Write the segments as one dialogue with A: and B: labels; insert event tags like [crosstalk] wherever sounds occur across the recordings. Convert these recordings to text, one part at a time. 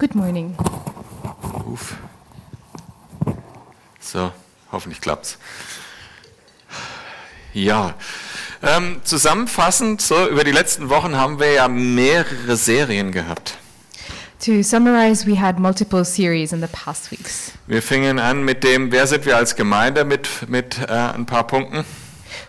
A: Good morning.
B: Uff. So, hoffentlich klappt's. Ja, ähm, zusammenfassend, so über die letzten Wochen haben wir ja mehrere Serien gehabt.
A: To summarize, we had multiple series in the past weeks.
B: Wir fingen an mit dem, wer sind wir als Gemeinde, mit, mit äh, ein paar Punkten.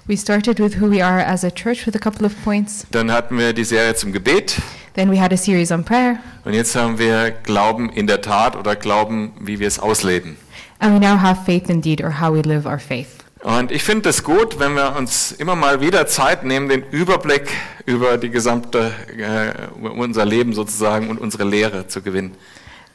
A: We started with who we are as a church with a couple of points.
B: Dann hatten wir die Serie zum Gebet.
A: Then we had a series on prayer.
B: Und jetzt haben wir Glauben in der Tat oder Glauben, wie wir es ausleben.
A: And we now have faith indeed, or how we live our faith.
B: Und ich finde es gut, wenn wir uns immer mal wieder Zeit nehmen, den Überblick über die gesamte, äh, unser Leben sozusagen und unsere Lehre zu gewinnen.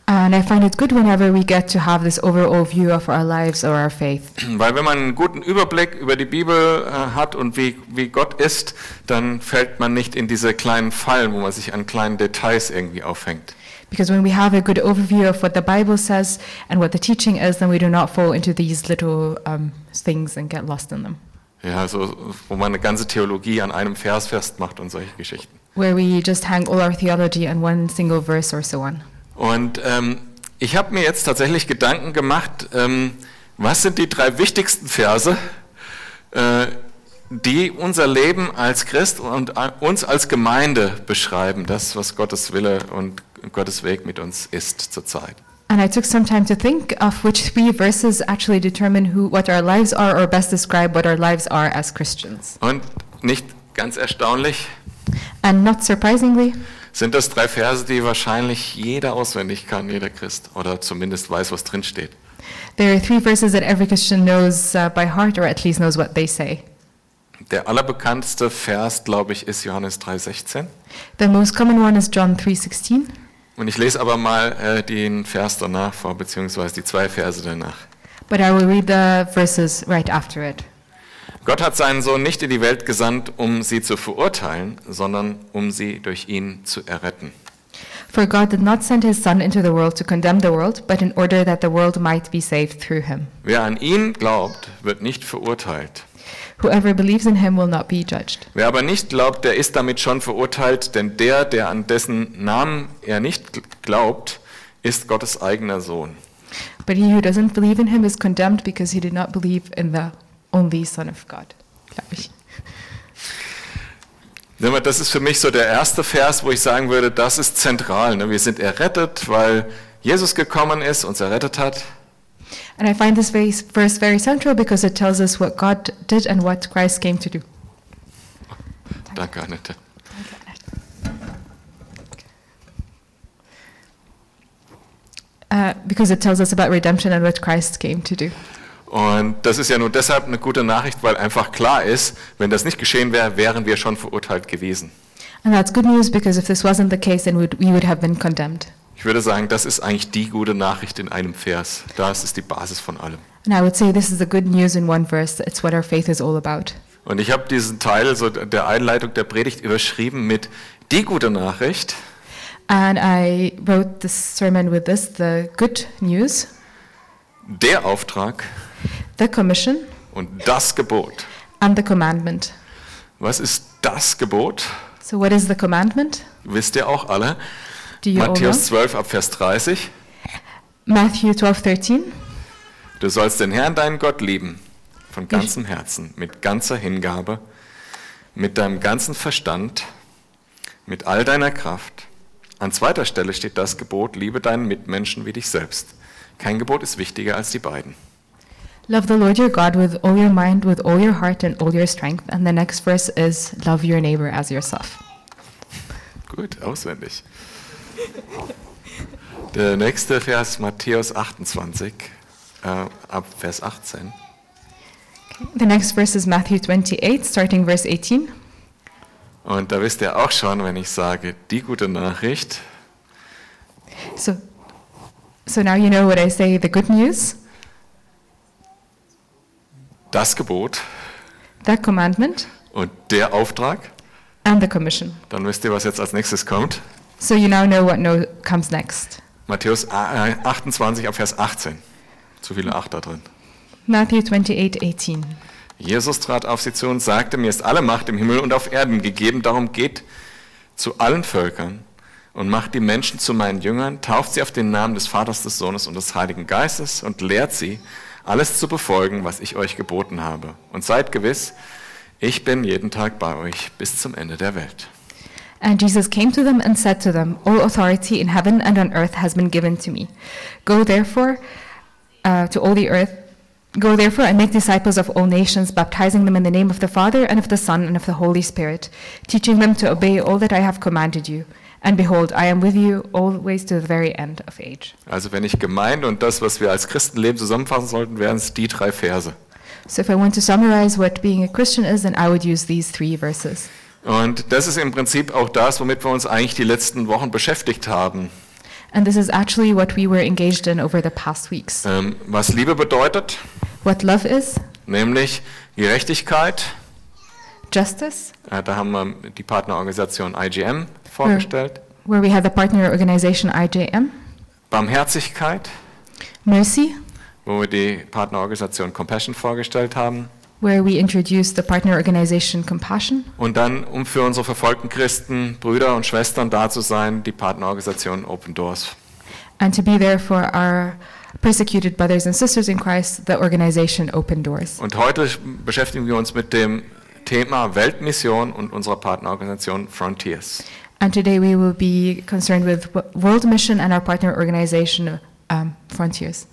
A: And I find it good whenever we get to have this overall view of our lives or our faith.
B: Weil wenn man einen guten Überblick über die Bibel äh, hat und wie, wie Gott ist, dann fällt man nicht in diese kleinen Fallen, wo man sich an kleinen Details irgendwie aufhängt.
A: Because when we have a good overview of what the Bible says and what the teaching is, then we do not fall into these little um, things and get lost in them,
B: Ja, so, wo man eine ganze Theologie an einem Vers festmacht und solche Geschichten.
A: where we just hang all our theology on one single verse or so on.
B: Und ähm, ich habe mir jetzt tatsächlich Gedanken gemacht, ähm, was sind die drei wichtigsten Verse, äh, die unser Leben als Christ und a- uns als Gemeinde beschreiben, das, was Gottes Wille und Gottes Weg mit uns ist zurzeit.
A: And I took some time to think of which three verses actually determine who, what our lives are, or best describe what our lives are as Christians.
B: Und nicht ganz erstaunlich
A: And not surprisingly,
B: sind das drei Verse, die wahrscheinlich jeder auswendig kann, jeder Christ, oder zumindest weiß, was drinsteht.
A: there are three verses that every Christian knows uh, by heart, or at least knows what they say.
B: Der allerbekannteste Vers, glaube ich, ist Johannes 3,16.
A: The most common one is John 3:16.
B: Und ich lese aber mal äh, den Vers danach vor, beziehungsweise die zwei Verse danach.
A: But I will read the verses right after it.
B: Gott hat seinen Sohn nicht in die Welt gesandt, um sie zu verurteilen, sondern um sie durch ihn zu erretten.
A: For God did not send his Son into the world to condemn the world, but in order that the world might be saved through him.
B: Wer an ihn glaubt, wird nicht verurteilt.
A: Whoever believes in him will not be judged.
B: Wer aber nicht glaubt, der ist damit schon verurteilt, denn der, der an dessen Namen er nicht gl- glaubt, ist Gottes eigener Sohn.
A: But he who doesn't believe in him is condemned because he did not believe in the only Son of God. Glaub ich.
B: Sag mal, Das ist für mich so der erste Vers, wo ich sagen würde, das ist zentral. ne? Wir sind errettet, weil Jesus gekommen ist, uns errettet hat.
A: And I find this very, verse very central because it tells us what God did and what Christ came to do.
B: Danke, Annette.
A: Uh, because it tells us about redemption and what Christ came to do.
B: Und das ist ja nur deshalb eine gute Nachricht, weil einfach klar ist, wenn das nicht geschehen wäre, wären wir schon verurteilt gewesen.
A: And that's good news because if this wasn't the case, then we'd, we would have been condemned.
B: Ich würde sagen, das ist eigentlich die gute Nachricht in einem Vers. Das ist die Basis von allem.
A: And I would say this is the good news in one verse. It's what our faith is all about.
B: Und ich habe diesen Teil so der Einleitung der Predigt überschrieben mit die gute Nachricht,
A: And I wrote this sermon with this the good news,
B: der Auftrag
A: the commission,
B: und das Gebot.
A: and the commandment.
B: Was ist das Gebot?
A: So, what is the commandment?
B: Wisst ihr auch alle.
A: Do you all know?
B: Matthäus 12 ab Vers 30.
A: Matthew 12:13.
B: Du sollst den Herrn, deinen Gott, lieben. Von ganzem Herzen, mit ganzer Hingabe, mit deinem ganzen Verstand, mit all deiner Kraft. An zweiter Stelle steht das Gebot, liebe deinen Mitmenschen wie dich selbst. Kein Gebot ist wichtiger als die beiden.
A: Love the Lord your God with all your mind, with all your heart, and all your strength. And the next verse is love your neighbor as yourself.
B: Gut, auswendig. Der nächste Vers, Matthäus 28, äh, ab Vers 18.
A: The next verse is Matthew 28, starting verse 18.
B: Und da wisst ihr auch schon, wenn ich sage, die gute Nachricht,
A: So, so now you know what I say the good news,
B: das Gebot
A: the commandment,
B: und der Auftrag,
A: and the commission.
B: Dann wisst ihr, was jetzt als nächstes kommt.
A: So you now know what no comes next.
B: Matthäus äh, 28 ab Vers 18. Zu viele Acht da drin.
A: Matthew 28, 18.
B: Jesus trat auf sie zu und sagte, mir ist alle Macht im Himmel und auf Erden gegeben, darum geht zu allen Völkern und macht die Menschen zu meinen Jüngern, tauft sie auf den Namen des Vaters, des Sohnes und des Heiligen Geistes und lehrt sie, alles zu befolgen, was ich euch geboten habe. Und seid gewiss, ich bin jeden Tag bei euch bis zum Ende der Welt.
A: And Jesus came to them and said to them, All authority in heaven and on earth has been given to me. Go therefore uh, to all the earth. Go therefore and make disciples of all nations, baptizing them in the name of the Father and of the Son and of the Holy Spirit, teaching them to obey all that I have commanded you. And behold, I am with you always to the very end of age.
B: Also wenn ich Gemeinde und das, was wir als Christen leben, zusammenfassen sollten, wären es die drei Verse.
A: So if I want to summarize what being a Christian is, then I would use these three verses.
B: Und das ist im Prinzip auch das, womit wir uns eigentlich die letzten Wochen beschäftigt haben.
A: And this is actually what we were engaged in over the past weeks.
B: Ähm, was Liebe bedeutet,
A: What love is,
B: nämlich Gerechtigkeit.
A: justice,
B: Äh, da haben wir die Partnerorganisation IGM vorgestellt.
A: where we had the partner organization IJM,
B: Barmherzigkeit,
A: mercy,
B: wo wir die Partnerorganisation Compassion vorgestellt haben.
A: where we introduced the partner organization Compassion,
B: Und dann, um für unsere verfolgten Christen, Brüder und Schwestern da zu sein, die Partnerorganisation Open Doors.
A: and to be there for our persecuted brothers and sisters in Christ, the organization Open Doors.
B: Und heute beschäftigen wir uns mit dem Thema Weltmission und unserer Partnerorganisation Frontiers.
A: And today we will be concerned with w- World Mission and our partner organization um, Frontiers.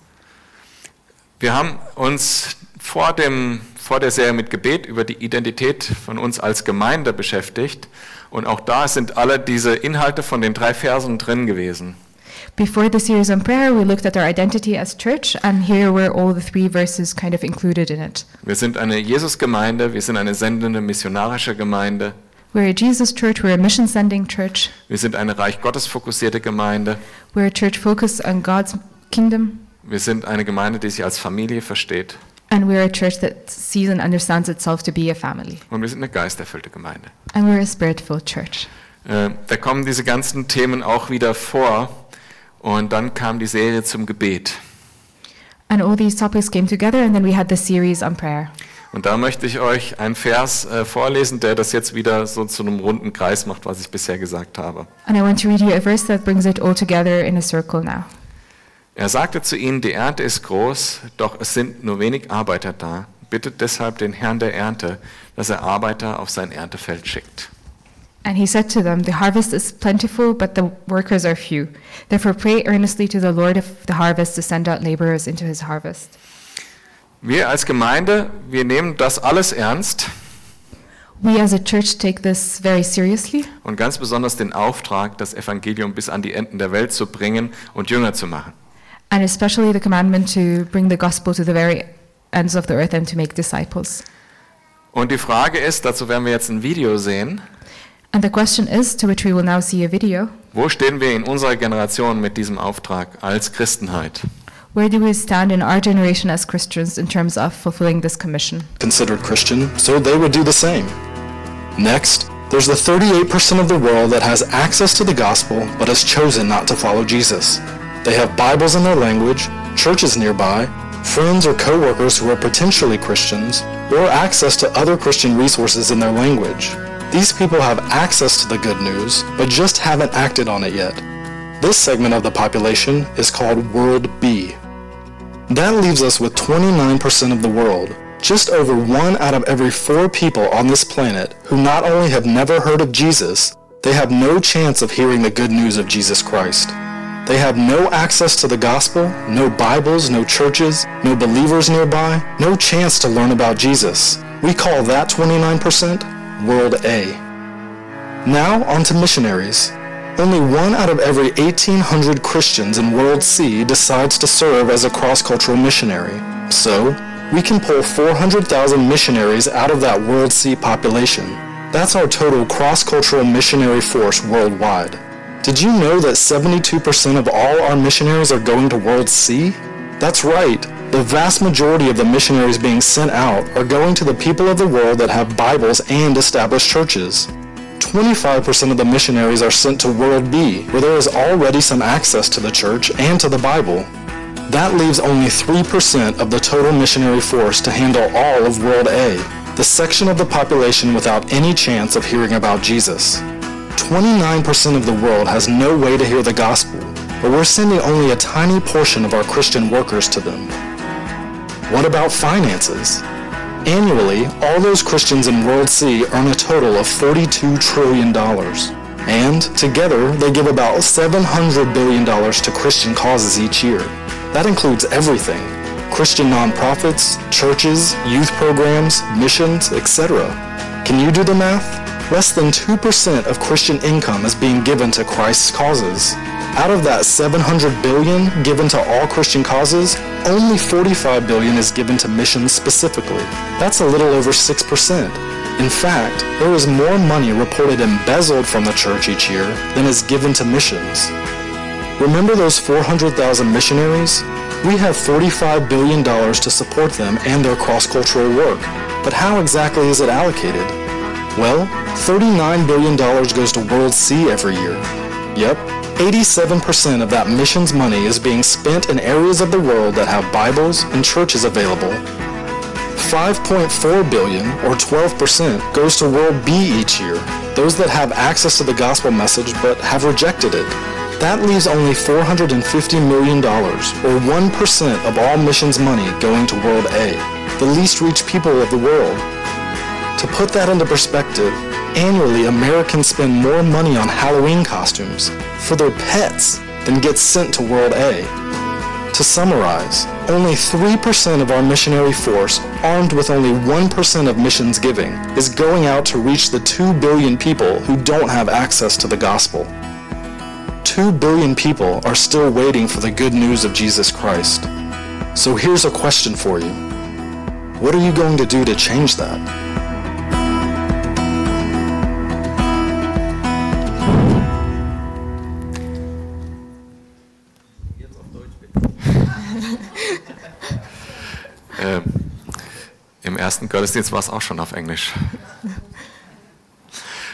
B: Wir haben uns vor, dem, vor der Serie mit Gebet über die Identität von uns als Gemeinde beschäftigt. Und auch da sind alle diese Inhalte von den drei Versen drin gewesen.
A: Before the series on prayer, we looked at our identity as church, and here were all the three verses kind of included in it.
B: Wir sind eine Jesus-Gemeinde, wir sind eine sendende missionarische Gemeinde,
A: We're a Jesus church, we're a mission sending church,
B: wir sind eine reich Gottes fokussierte Gemeinde,
A: we're a church focused on God's kingdom,
B: wir sind eine Gemeinde, die sich als Familie versteht
A: and we're a church that sees and understands itself to be a family.
B: und wir sind eine geisterfüllte Gemeinde.
A: And we're a spirit filled church.
B: Äh, da kommen diese ganzen Themen auch wieder vor und dann kam die Serie zum Gebet.
A: And all these topics came together, and then we had the series on prayer.
B: Und da möchte ich euch einen Vers äh, vorlesen, der das jetzt wieder so zu einem runden Kreis macht, was ich bisher gesagt habe.
A: And I want to read you a verse that brings it all together in a circle now.
B: Er sagte zu ihnen, die Ernte ist groß, doch es sind nur wenig Arbeiter da. Bittet deshalb den Herrn der Ernte, dass er Arbeiter auf sein Erntefeld schickt.
A: And he said to them, The harvest is plentiful, but the workers are few. Therefore, pray earnestly to the Lord of the harvest to send out laborers into his harvest.
B: Wir als Gemeinde, wir nehmen das alles ernst
A: We as a church take this very seriously,
B: und ganz besonders den Auftrag, das Evangelium bis an die Enden der Welt zu bringen und Jünger zu machen.
A: and especially the commandment to bring the gospel to the very ends of the earth and to make disciples.
B: Und die Frage ist, dazu werden wir jetzt ein Video sehen,
A: And the question is, to which we will now see a video,
B: wo stehen wir in unserer Generation mit diesem Auftrag als Christenheit?
A: where do we stand in our generation as Christians in terms of fulfilling this commission?
C: considered Christian, so they would do the same. Next, there's the 38% of the world that has access to the gospel but has chosen not to follow Jesus. They have Bibles in their language, churches nearby, friends or coworkers who are potentially Christians, or access to other Christian resources in their language. These people have access to the good news, but just haven't acted on it yet. This segment of the population is called World B, that leaves us with 29% of the world, just over one out of every four people on this planet who not only have never heard of Jesus, they have no chance of hearing the good news of Jesus Christ. They have no access to the gospel, no Bibles, no churches, no believers nearby, no chance to learn about Jesus. We call that 29% World A. Now on to missionaries. Only one out of every 1,800 Christians in World C decides to serve as a cross-cultural missionary. So, we can pull 400,000 missionaries out of that World C population. That's our total cross-cultural missionary force worldwide. Did you know that 72% of all our missionaries are going to World C? That's right. The vast majority of the missionaries being sent out are going to the people of the world that have Bibles and established churches. 25% of the missionaries are sent to World B, where there is already some access to the church and to the Bible. That leaves only 3% of the total missionary force to handle all of World A, the section of the population without any chance of hearing about Jesus. 29% of the world has no way to hear the gospel, but we're sending only a tiny portion of our Christian workers to them. What about finances? Annually, all those Christians in World C earn a total of $42 trillion, and together they give about $700 billion to Christian causes each year. That includes everything Christian nonprofits, churches, youth programs, missions, etc. Can you do the math? Less than 2% of Christian income is being given to Christ's causes. Out of that 700 billion given to all Christian causes, only 45 billion is given to missions specifically. That's a little over 6%. In fact, there is more money reported embezzled from the church each year than is given to missions. Remember those 400,000 missionaries? We have $45 billion to support them and their cross-cultural work. But how exactly is it allocated? Well, $39 billion goes to World Sea every year. Yep, 87% of that mission's money is being spent in areas of the world that have Bibles and churches available. 5.4 billion or 12% goes to World B each year, those that have access to the gospel message but have rejected it. That leaves only $450 million or 1% of all missions money going to World A, the least reached people of the world. To put that into perspective, annually Americans spend more money on Halloween costumes for their pets than gets sent to World A. To summarize, only 3% of our missionary force, armed with only 1% of missions giving, is going out to reach the 2 billion people who don't have access to the gospel. 2 billion people are still waiting for the good news of Jesus Christ. So here's a question for you. What are you going to do to change that?
B: Äh, Im ersten Gottesdienst war es auch schon auf Englisch.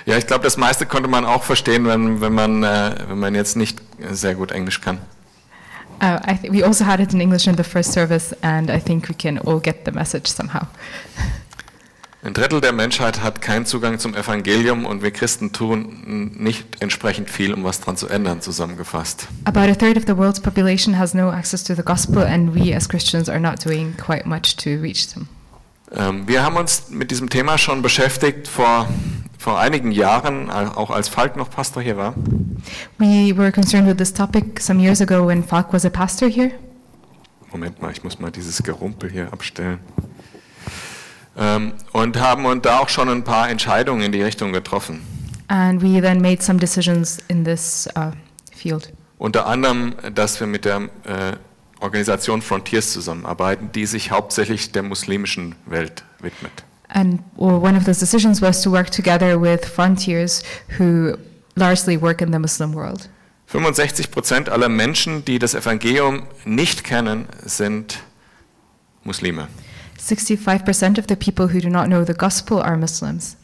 B: Ja, ich glaube, das meiste konnte man auch verstehen, wenn, wenn, man, äh, wenn man jetzt nicht sehr gut Englisch kann.
A: Uh, I th- we also had it in English in the first service, and I think we can all get the message somehow.
B: Ein Drittel der Menschheit hat keinen Zugang zum Evangelium und wir Christen tun nicht entsprechend viel, um was dran zu ändern, zusammengefasst.
A: About a third of the world's population has no access to the gospel, and we as Christians are not doing quite much to reach them.
B: Ähm, wir haben uns mit diesem Thema schon beschäftigt vor, vor einigen Jahren, al- auch als Falk noch Pastor hier war.
A: We were concerned with this topic some years ago when Falk was a pastor here.
B: Moment mal, ich muss mal dieses Gerumpel hier abstellen. Ähm, und haben und da auch schon ein paar Entscheidungen in die Richtung getroffen.
A: And we then made some decisions in this uh, field.
B: Unter anderem, dass wir mit der äh, Organisation Frontiers zusammenarbeiten, die sich hauptsächlich der muslimischen Welt widmet.
A: And well, one of those decisions was to work together with Frontiers, who largely work in the Muslim world.
B: 65 Prozent aller Menschen, die das Evangelium nicht kennen, sind Muslime.
A: 65% of the people who do not know the gospel are Muslims.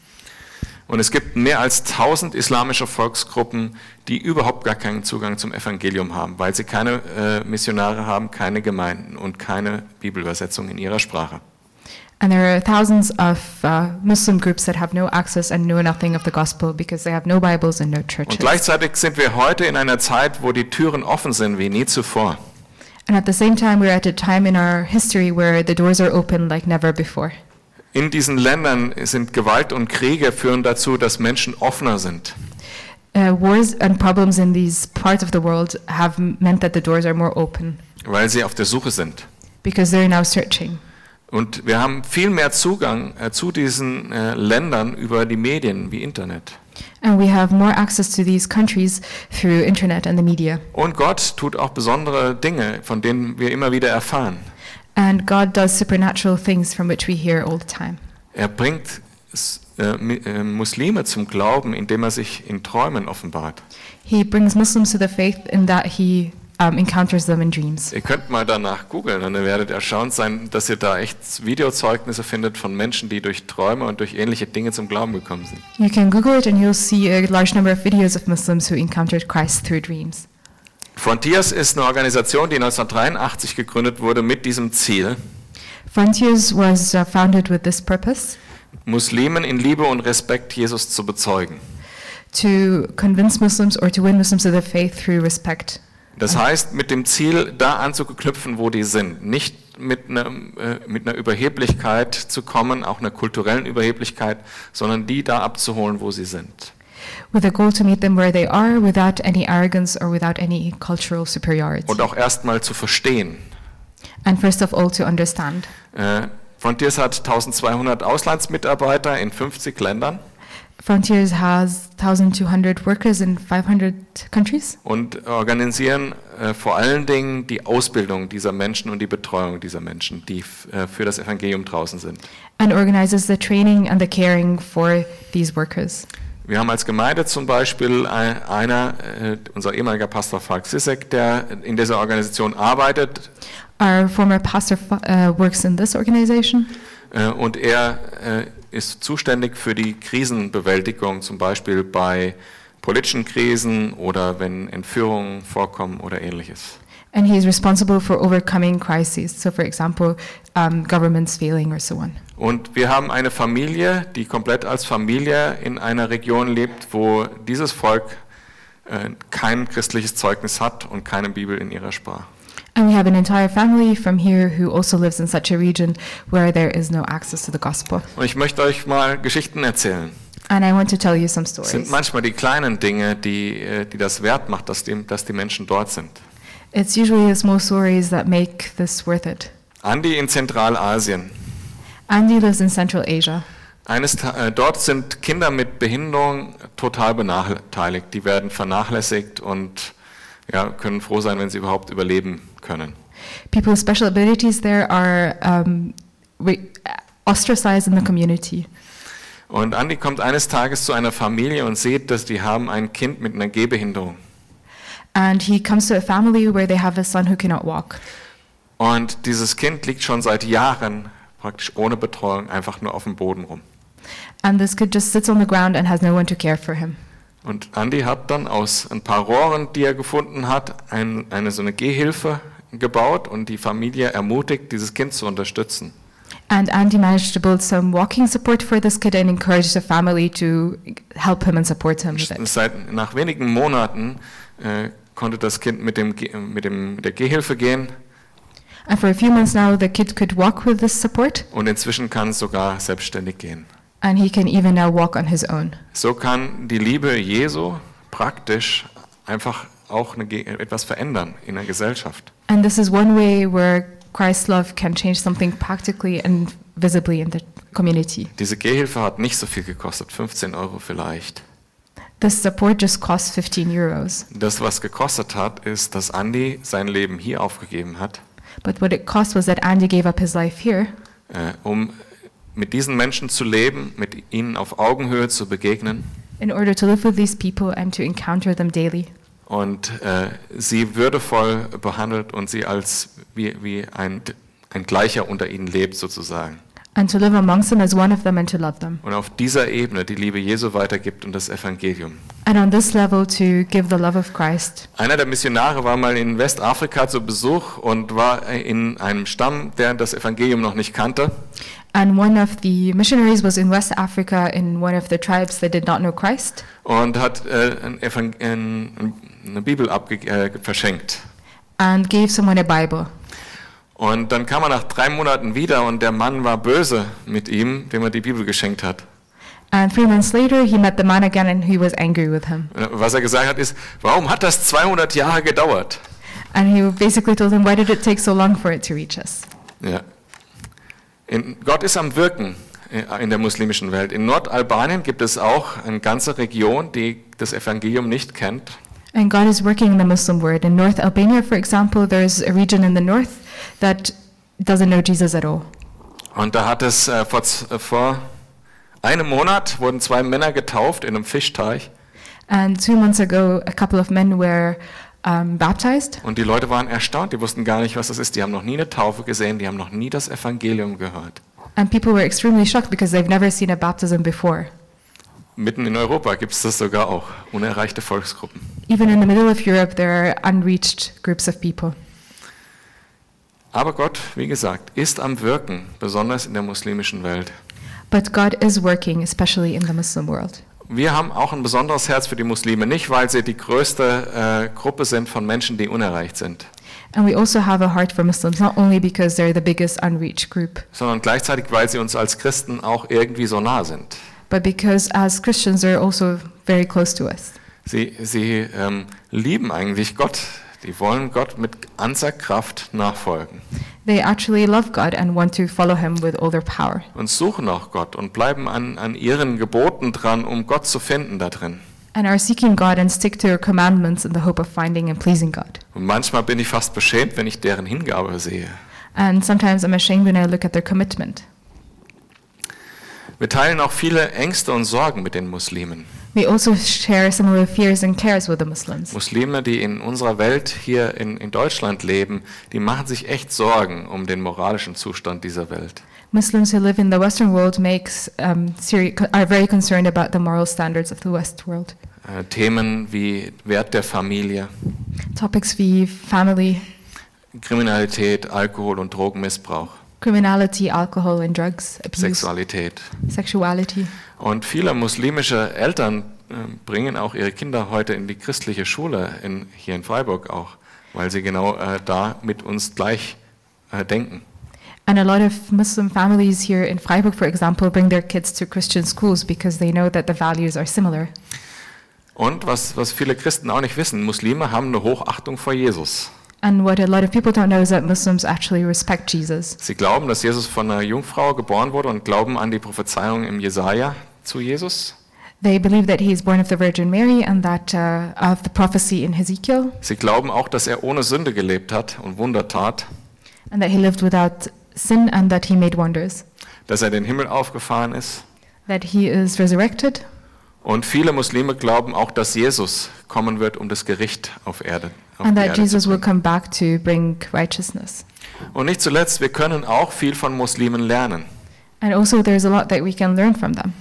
B: Und es gibt mehr als 1000 islamische Volksgruppen, die überhaupt gar keinen Zugang zum Evangelium haben, weil sie keine äh, Missionare haben, keine Gemeinden und keine Bibelübersetzung in ihrer Sprache.
A: And there are thousands of uh, Muslim groups that have no access and know nothing of the gospel because they have no Bibles and no
B: Und
A: churches.
B: gleichzeitig sind wir heute in einer Zeit, wo die Türen offen sind wie nie zuvor.
A: And at the same time, we're at a time in our history where the doors are open like never before.
B: In diesen Ländern sind Gewalt und Kriege führen dazu, dass Menschen offener sind.
A: Uh, wars and problems in these parts of the world have m- meant that the doors are more open
B: weil sie auf der Suche sind.
A: because they're now searching.
B: Und wir haben viel mehr Zugang äh, zu diesen äh, Ländern über die Medien wie Internet.
A: And we have more access to these countries through internet and the media.
B: Und Gott tut auch besondere Dinge, von denen wir immer wieder erfahren.
A: And God does supernatural things from which we hear all the time.
B: Er bringt s- äh, mi- äh, Muslime zum Glauben, indem er sich in Träumen offenbart.
A: He brings Muslims to the faith in that he um, encounters them in dreams.
B: Ihr könnt mal danach googeln und dann werdet ihr erstaunt sein, dass ihr da echt Videozeugnisse findet von Menschen, die durch Träume und durch ähnliche Dinge zum Glauben gekommen sind.
A: You can Google it and you'll see a large number of videos of Muslims who encountered Christ through dreams.
B: Frontiers ist eine Organisation, die 1983 gegründet wurde mit diesem Ziel,
A: Frontiers was uh, founded with this purpose
B: Muslimen in Liebe und Respekt Jesus zu bezeugen.
A: to convince Muslims or to win Muslims to the faith through respect.
B: Das heißt, mit dem Ziel, da anzuknüpfen, wo die sind. Nicht mit einer, äh, mit einer Überheblichkeit zu kommen, auch einer kulturellen Überheblichkeit, sondern die da abzuholen, wo sie sind.
A: with a goal to meet them where they are without any arrogance or without any cultural superiority.
B: Und auch erstmal zu verstehen.
A: And first of all, to understand.
B: Äh, Frontiers hat 1200 Auslandsmitarbeiter in 50 Ländern
A: Frontiers has 1,200 workers in 500 countries,
B: und organisieren äh, vor allen Dingen die Ausbildung dieser Menschen und die Betreuung dieser Menschen, die f- äh, für das Evangelium draußen sind.
A: and organizes the training and the caring for these workers.
B: Wir haben als Gemeinde zum Beispiel ein- einer, äh, unser ehemaliger Pastor Falk Sissek, der in dieser Organisation arbeitet
A: Our former pastor uh, works in this organization,
B: äh, und er äh, ist zuständig für die Krisenbewältigung, zum Beispiel bei politischen Krisen oder wenn Entführungen vorkommen oder ähnliches.
A: and he is responsible for overcoming crises. So, for example, um, governments failing or so on.
B: Und wir haben eine Familie, die komplett als Familie in einer Region lebt, wo dieses Volk äh, kein christliches Zeugnis hat und keine Bibel in ihrer Sprache.
A: And we have an entire family from here who also lives in such a region where there is no access to the gospel.
B: Und ich möchte euch mal Geschichten erzählen.
A: And I want to tell you some
B: Es sind
A: stories.
B: manchmal die kleinen Dinge, die, äh, die das wert macht, dass die, dass die Menschen dort sind.
A: It's usually the small stories that make this worth it.
B: Andi in Zentralasien.
A: Andy lives in Central Asia.
B: Eines, Ta- äh, dort sind Kinder mit Behinderung total benachteiligt. Die werden vernachlässigt und ja, können froh sein, wenn sie überhaupt überleben können.
A: People with special abilities there are um, re- ostracized in the community.
B: Und Andi kommt eines Tages zu einer Familie und sieht, dass die haben ein Kind mit einer Gehbehinderung.
A: And he comes to a family where they have a son who cannot walk.
B: Und dieses Kind liegt schon seit Jahren praktisch ohne Betreuung einfach nur auf dem Boden rum.
A: And this kid just sits on the ground and has no one to care for him.
B: Und Andy hat dann aus ein paar Rohren, die er gefunden hat, ein, eine so eine Gehhilfe gebaut und die Familie ermutigt, dieses Kind zu unterstützen.
A: And Andy managed to build some walking support for this kid and encouraged the family to help him and support him with it.
B: Seit, nach wenigen Monaten äh, konnte das Kind mit, dem, Ge- mit, dem, mit der Gehhilfe gehen
A: And for a few months now, the kid could walk with this support,
B: und inzwischen kann es sogar selbstständig gehen.
A: and he can even now walk on his own.
B: So kann die Liebe Jesu praktisch einfach auch eine, Ge- etwas verändern in der Gesellschaft.
A: And this is one way where Christ's love can change something practically and visibly in the community.
B: Diese Gehhilfe hat nicht so viel gekostet, 15 Euro vielleicht.
A: This support just costs 15 euros,
B: Das, was gekostet hat, ist, dass Andy sein Leben hier aufgegeben hat,
A: but what it cost was that Andy gave up his life here
B: äh, um mit diesen Menschen zu leben, mit ihnen auf Augenhöhe zu begegnen
A: in order to live with these people and to encounter them daily
B: und äh, sie würdevoll behandelt und sie als wie, wie ein, ein Gleicher unter ihnen lebt sozusagen.
A: and to live amongst them as one of them and to love them.
B: Und auf dieser Ebene die Liebe Jesu weitergibt und das Evangelium.
A: And on this level, to give the love of Christ.
B: Einer der Missionare war mal in Westafrika zu Besuch und war in einem Stamm, der das Evangelium noch nicht kannte.
A: And one of the missionaries was in West Africa in one of the tribes that did not know Christ,
B: und hat äh, ein Evang- ein, eine Bibel abge äh, verschenkt.
A: and gave someone a Bible.
B: Und dann kam er nach drei Monaten wieder und der Mann war böse mit ihm, dem er die Bibel geschenkt hat.
A: And three months later, he met the man again and he was angry with him.
B: Äh, Was er gesagt hat ist, warum hat das 200 Jahre gedauert?
A: And he basically told him, Why did it take so long for it to reach us?
B: Ja. In, Gott ist am Wirken äh, in der muslimischen Welt. In Nordalbanien gibt es auch eine ganze Region, die das Evangelium nicht kennt.
A: And God is working in the Muslim world. In North Albania, for example, there's a region in the north that doesn't know Jesus at all.
B: Und da hat es äh, vor, z- äh, vor einem Monat wurden zwei Männer getauft in einem Fischteich.
A: And two months ago, a couple of men were um, baptized,
B: Und die Leute waren erstaunt, die wussten gar nicht, was das ist. Die haben noch nie eine Taufe gesehen, die haben noch nie das Evangelium gehört.
A: and people were extremely shocked because they've never seen a baptism before.
B: Mitten in Europa gibt es das sogar auch, unerreichte Volksgruppen.
A: Even in the middle of Europe, there are unreached groups of people.
B: Aber Gott, wie gesagt, ist am Wirken, besonders in der muslimischen Welt.
A: But God is working, especially in the Muslim world.
B: Wir haben auch ein besonderes Herz für die Muslime, nicht weil sie die größte äh, Gruppe sind von Menschen, die unerreicht sind,
A: And we also have a heart for Muslims, not only because they're the biggest unreached group,
B: sondern gleichzeitig, weil sie uns als Christen auch irgendwie so nah sind.
A: but because as Christians, they're also very close to us.
B: Sie, sie ähm, lieben eigentlich Gott. Die wollen Gott mit ganzer Kraft nachfolgen
A: They actually love God and want to follow Him with all their power.
B: und suchen auch Gott und bleiben an, an ihren Geboten dran, um Gott zu finden da drin.
A: and are seeking God and stick to your commandments in the hope of finding and pleasing God.
B: Und manchmal bin ich fast beschämt, wenn ich deren Hingabe sehe.
A: And sometimes I'm ashamed when I look at their commitment.
B: Wir teilen auch viele Ängste und Sorgen mit den Muslimen.
A: We also share similar fears and cares with the Muslims.
B: Muslime, die in unserer Welt hier in, in Deutschland leben, die machen sich echt Sorgen um den moralischen Zustand dieser Welt.
A: Muslims who live in the Western world makes um, seri- are very concerned about the moral standards of the West world.
B: Äh, Themen wie Wert der Familie,
A: Topics wie family,
B: Kriminalität, Alkohol und Drogenmissbrauch,
A: criminality, alcohol and drugs, abuse,
B: Sexualität.
A: sexuality.
B: Und viele muslimische Eltern äh, bringen auch ihre Kinder heute in die christliche Schule in, hier in Freiburg auch, weil sie genau äh, da mit uns gleich äh, denken.
A: And a lot of Muslim families here in Freiburg, for example, bring their kids to Christian schools because they know that the values are similar.
B: Und was, was viele Christen auch nicht wissen, Muslime haben eine Hochachtung vor Jesus.
A: And what a lot of people don't know is that Muslims actually respect Jesus.
B: Sie glauben, dass Jesus von einer Jungfrau geboren wurde und glauben an die Prophezeiung im Jesaja zu Jesus.
A: They believe that he is born of the Virgin Mary and that uh, of the prophecy in Ezekiel,
B: Sie glauben auch, dass er ohne Sünde gelebt hat und Wunder tat,
A: and that he lived without sin and that he made wonders,
B: dass er den Himmel aufgefahren ist.
A: that he is resurrected.
B: Und viele Muslime glauben auch, dass Jesus kommen wird, um das Gericht auf Erde. Auf
A: And
B: die
A: that
B: Erde zu
A: Jesus will come back to bring righteousness.
B: bringen. und nicht zuletzt, wir können auch viel von Muslimen lernen.
A: And also, there's a lot that we can learn from them.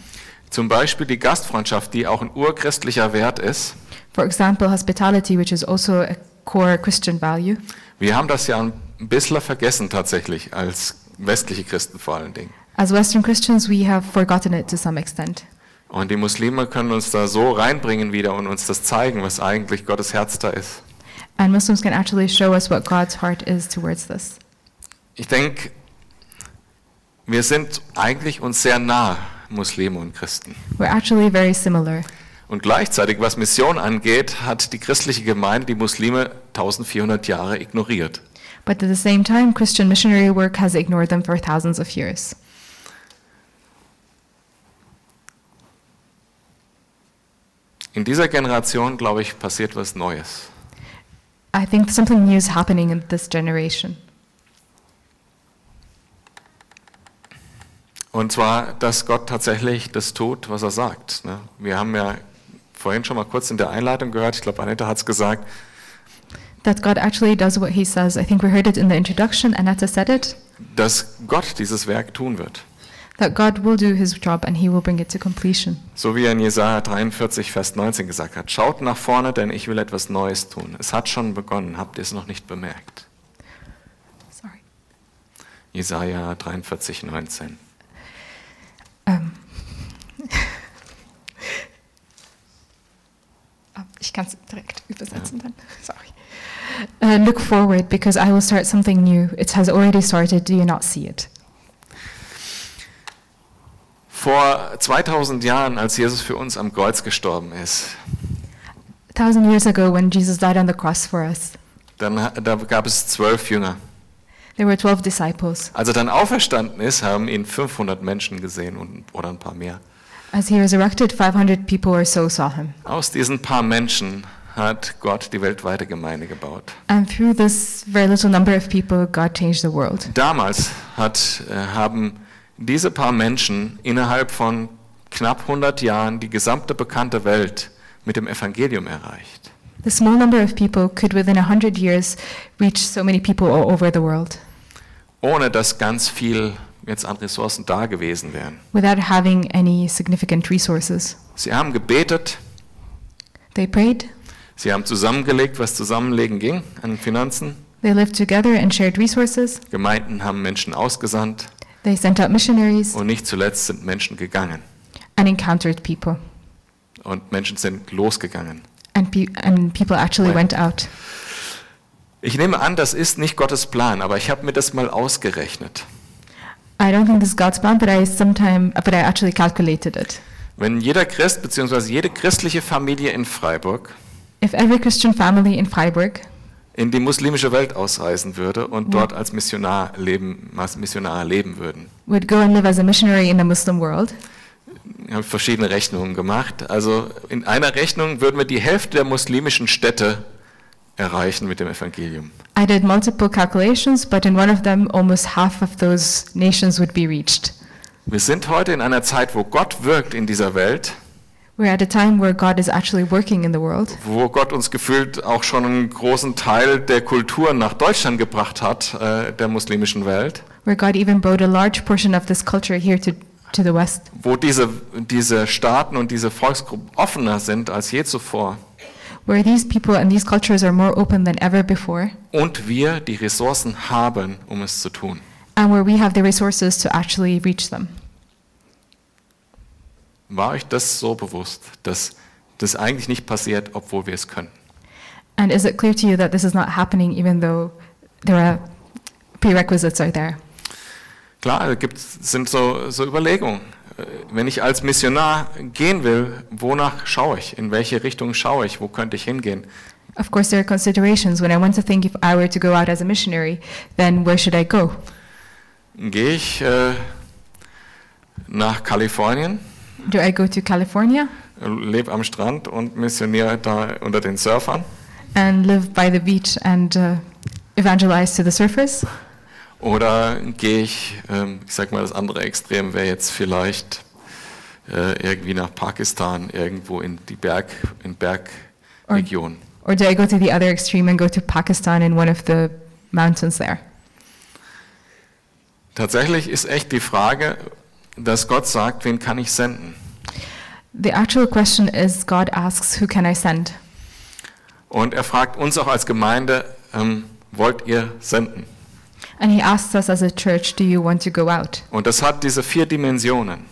B: Zum Beispiel die Gastfreundschaft, die auch ein urchristlicher Wert ist.
A: For example, hospitality, which is also a core Christian value.
B: Wir haben das ja ein bisschen vergessen tatsächlich, als westliche Christen vor allen Dingen.
A: As Western Christians, we have forgotten it to some extent.
B: Und die Muslime können uns da so reinbringen wieder und uns das zeigen, was eigentlich Gottes Herz da ist.
A: And Muslims can actually show us what God's heart is towards this.
B: Ich denke, wir sind eigentlich uns sehr nah, Muslime und Christen.
A: We're actually very similar.
B: Und gleichzeitig, was Mission angeht, hat die christliche Gemeinde die Muslime 1400 Jahre ignoriert.
A: But at the same time, Christian missionary work has ignored them for thousands of years.
B: In dieser Generation, glaube ich, passiert was Neues.
A: I think something new is happening in this generation.
B: Und zwar, dass Gott tatsächlich das tut, was er sagt. ne? Wir haben ja vorhin schon mal kurz in der Einleitung gehört, ich glaube, Anita hat es gesagt,
A: That God actually does what He says. I think we heard it in the introduction, Anata said it,
B: dass Gott dieses Werk tun wird.
A: that God will do His job and He will bring it to completion.
B: So wie er in Jesaja 43, Vers 19 gesagt hat. Schaut nach vorne, denn ich will etwas Neues tun. Es hat schon begonnen, habt ihr es noch nicht bemerkt?
A: Sorry.
B: Jesaja 43, 19.
A: Um. Ah, Ich kann es direkt übersetzen dann. [laughs] Sorry. Uh, look forward, because I will start something new. It has already started. Do you not see it?
B: Vor 2000 Jahren, als Jesus für uns am Kreuz gestorben ist,
A: A thousand years ago, when Jesus died on the cross for us,
B: dann, ha- da gab es zwölf Jünger.
A: There were 12 disciples.
B: Als er dann auferstanden ist, haben ihn 500 Menschen gesehen und, oder ein paar mehr.
A: As he resurrected, 500 people or so saw him.
B: Aus diesen paar Menschen hat Gott die weltweite Gemeinde gebaut.
A: And through this very little number of people, God changed the world.
B: Damals hat, äh, haben diese paar Menschen innerhalb von knapp 100 Jahren die gesamte bekannte Welt mit dem Evangelium erreicht.
A: The small number of people could, within 100 years, reach so many people all over the world
B: Ohne dass ganz viel jetzt an Ressourcen da gewesen wären.
A: without having any significant resources.
B: Sie haben gebetet,
A: They prayed,
B: sie haben zusammengelegt, was zusammenlegen ging an Finanzen.
A: they lived together and shared resources,
B: Gemeinden haben Menschen ausgesandt
A: they sent out missionaries
B: und nicht zuletzt sind Menschen gegangen.
A: and encountered people.
B: und Menschen sind losgegangen.
A: and, pe- and people actually
B: Right.
A: went out.
B: Ich nehme an, das ist nicht Gottes Plan, aber ich habe mir das mal ausgerechnet.
A: I don't think this is God's plan, but I sometime, but I actually calculated it.
B: Wenn jeder Christ bzw. jede christliche Familie in Freiburg
A: If every Christian family in Freiburg
B: in die muslimische Welt ausreisen würde und dort als Missionar leben, als Missionar leben würden.
A: would go and live as a missionary in the Muslim world,
B: Ich habe verschiedene Rechnungen gemacht. Also in einer Rechnung würden wir die Hälfte der muslimischen Städte erreichen mit dem Evangelium.
A: I did multiple calculations, but in one of them, almost half of those nations would be reached.
B: Wir sind heute in einer Zeit, wo Gott wirkt in dieser Welt,
A: We're at a time where God is actually working in the world,
B: wo Gott uns gefühlt auch schon einen großen Teil der Kultur nach Deutschland gebracht hat, äh, der muslimischen Welt,
A: where God even brought a large portion of this culture here to, to the West,
B: wo diese, diese Staaten und diese Volksgruppen offener sind als je zuvor
A: where these people and these cultures are more open than ever before,
B: und wir die Ressourcen haben, um es zu tun.
A: and where we have the resources to actually reach them.
B: War euch das so bewusst, dass das eigentlich nicht passiert, obwohl wir es können?
A: And is it clear to you that this is not happening even though there are prerequisites are there?
B: Klar, da gibt's, sind so, so Überlegungen. Äh, Wenn ich als Missionar gehen will, wonach schaue ich? In welche Richtung schaue ich? Wo könnte ich hingehen?
A: Of course, there are considerations. When I want to think if I were to go out as a missionary, then where should I go?
B: Gehe ich äh, nach Kalifornien,
A: Do I go to California
B: lebe am Strand und missioniere da unter den Surfern?
A: and live by the beach and uh, evangelize to the surfers?
B: Oder gehe ich, ähm, ich sag mal, das andere Extrem wäre jetzt vielleicht äh, irgendwie nach Pakistan, irgendwo in die Berg, in Bergregion.
A: Or do I go to the other extreme and go to Pakistan in one of the mountains there?
B: Tatsächlich ist echt die Frage, dass Gott sagt, wen kann ich senden?
A: The actual question is God asks, Who can I send?
B: Und er fragt uns auch als Gemeinde, ähm, wollt ihr senden?
A: And He asks us as a church, Do you want to go out?
B: Und das hat diese vier Dimensionen,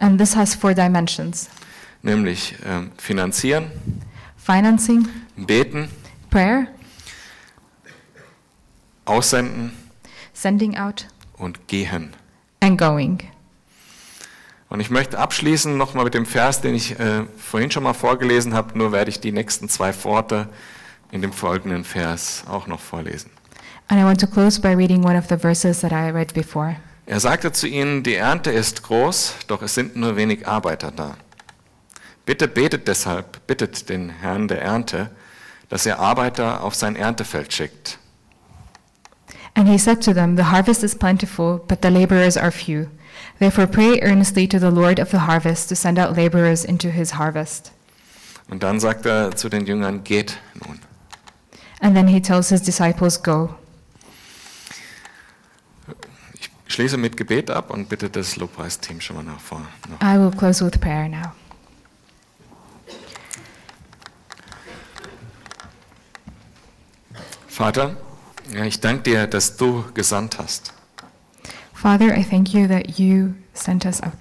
A: And this has four dimensions
B: nämlich ähm, finanzieren,
A: financing,
B: beten,
A: prayer,
B: aussenden
A: sending out,
B: und gehen.
A: and going.
B: Und ich möchte abschließen nochmal mit dem Vers, den ich äh, vorhin schon mal vorgelesen habe, nur werde ich die nächsten zwei Worte in dem folgenden Vers auch noch vorlesen.
A: And I want to close by reading one of the verses that I read before.
B: Er sagte zu ihnen, die Ernte ist groß, doch es sind nur wenig Arbeiter da. Bitte betet deshalb, bittet den Herrn der Ernte, dass er Arbeiter auf sein Erntefeld schickt.
A: And he said to them, The harvest is plentiful, but the laborers are few. Therefore, pray earnestly to the Lord of the harvest to send out laborers into his harvest.
B: Und dann sagt er zu den Jüngern, geht nun.
A: And then he tells his disciples, Go.
B: Ich schließe mit Gebet ab und bitte das Lobpreisteam schon mal nach vorne. Nach.
A: I will close with prayer now.
B: Vater, ja, ich danke dir, dass du gesandt hast.
A: Father, I thank you that you sent us out.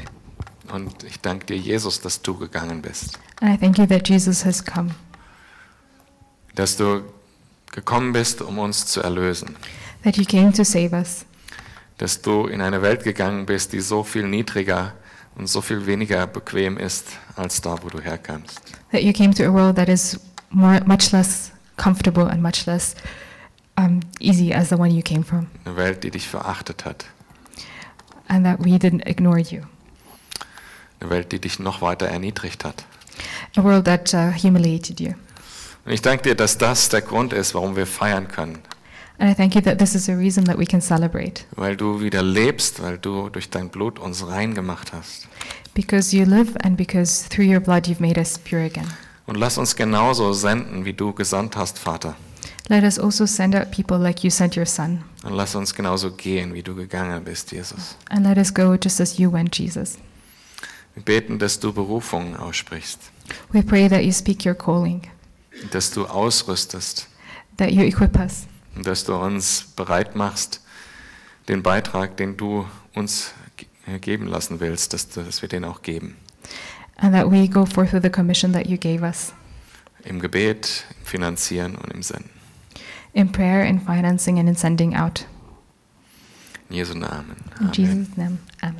B: Und ich danke dir, Jesus, dass du gegangen bist.
A: And I thank you that Jesus has come,
B: Dass du gekommen bist, um uns zu erlösen.
A: that you came to save us,
B: Dass du in eine Welt gegangen bist, die so viel niedriger und so viel weniger bequem ist, als da, wo du herkamst.
A: that you came to a world that is more, much less comfortable and much less um, easy as the one you came from,
B: Eine Welt, die dich verachtet hat.
A: and that we didn't ignore you.
B: Eine Welt, die dich noch weiter erniedrigt hat.
A: a world that uh, humiliated you.
B: Und ich danke dir, dass das der Grund ist, warum wir feiern können.
A: And I thank you that this is a reason that we can celebrate
B: Weil du wieder lebst, weil du durch dein Blut uns rein gemacht hast.
A: because you live and because through your blood you've made us pure again.
B: Und lass uns genauso senden, wie du gesandt hast, Vater.
A: Let us also send out people like you sent your son,
B: Und lass uns genauso gehen, wie du gegangen bist, Jesus.
A: and let us go just as you went, Jesus.
B: Wir beten, dass du Berufungen aussprichst,
A: We pray that you speak your calling,
B: dass du ausrüstest
A: that you equip us,
B: und dass du uns bereit machst, den äh, Beitrag, den du uns ge- geben lassen willst, dass, du- dass wir den auch geben.
A: and that we go forth with the commission that you gave us
B: Im Gebet, im Finanzieren und im Senden.
A: in prayer, in financing, and in sending out.
B: In Jesu Namen.
A: In Jesus' name, amen.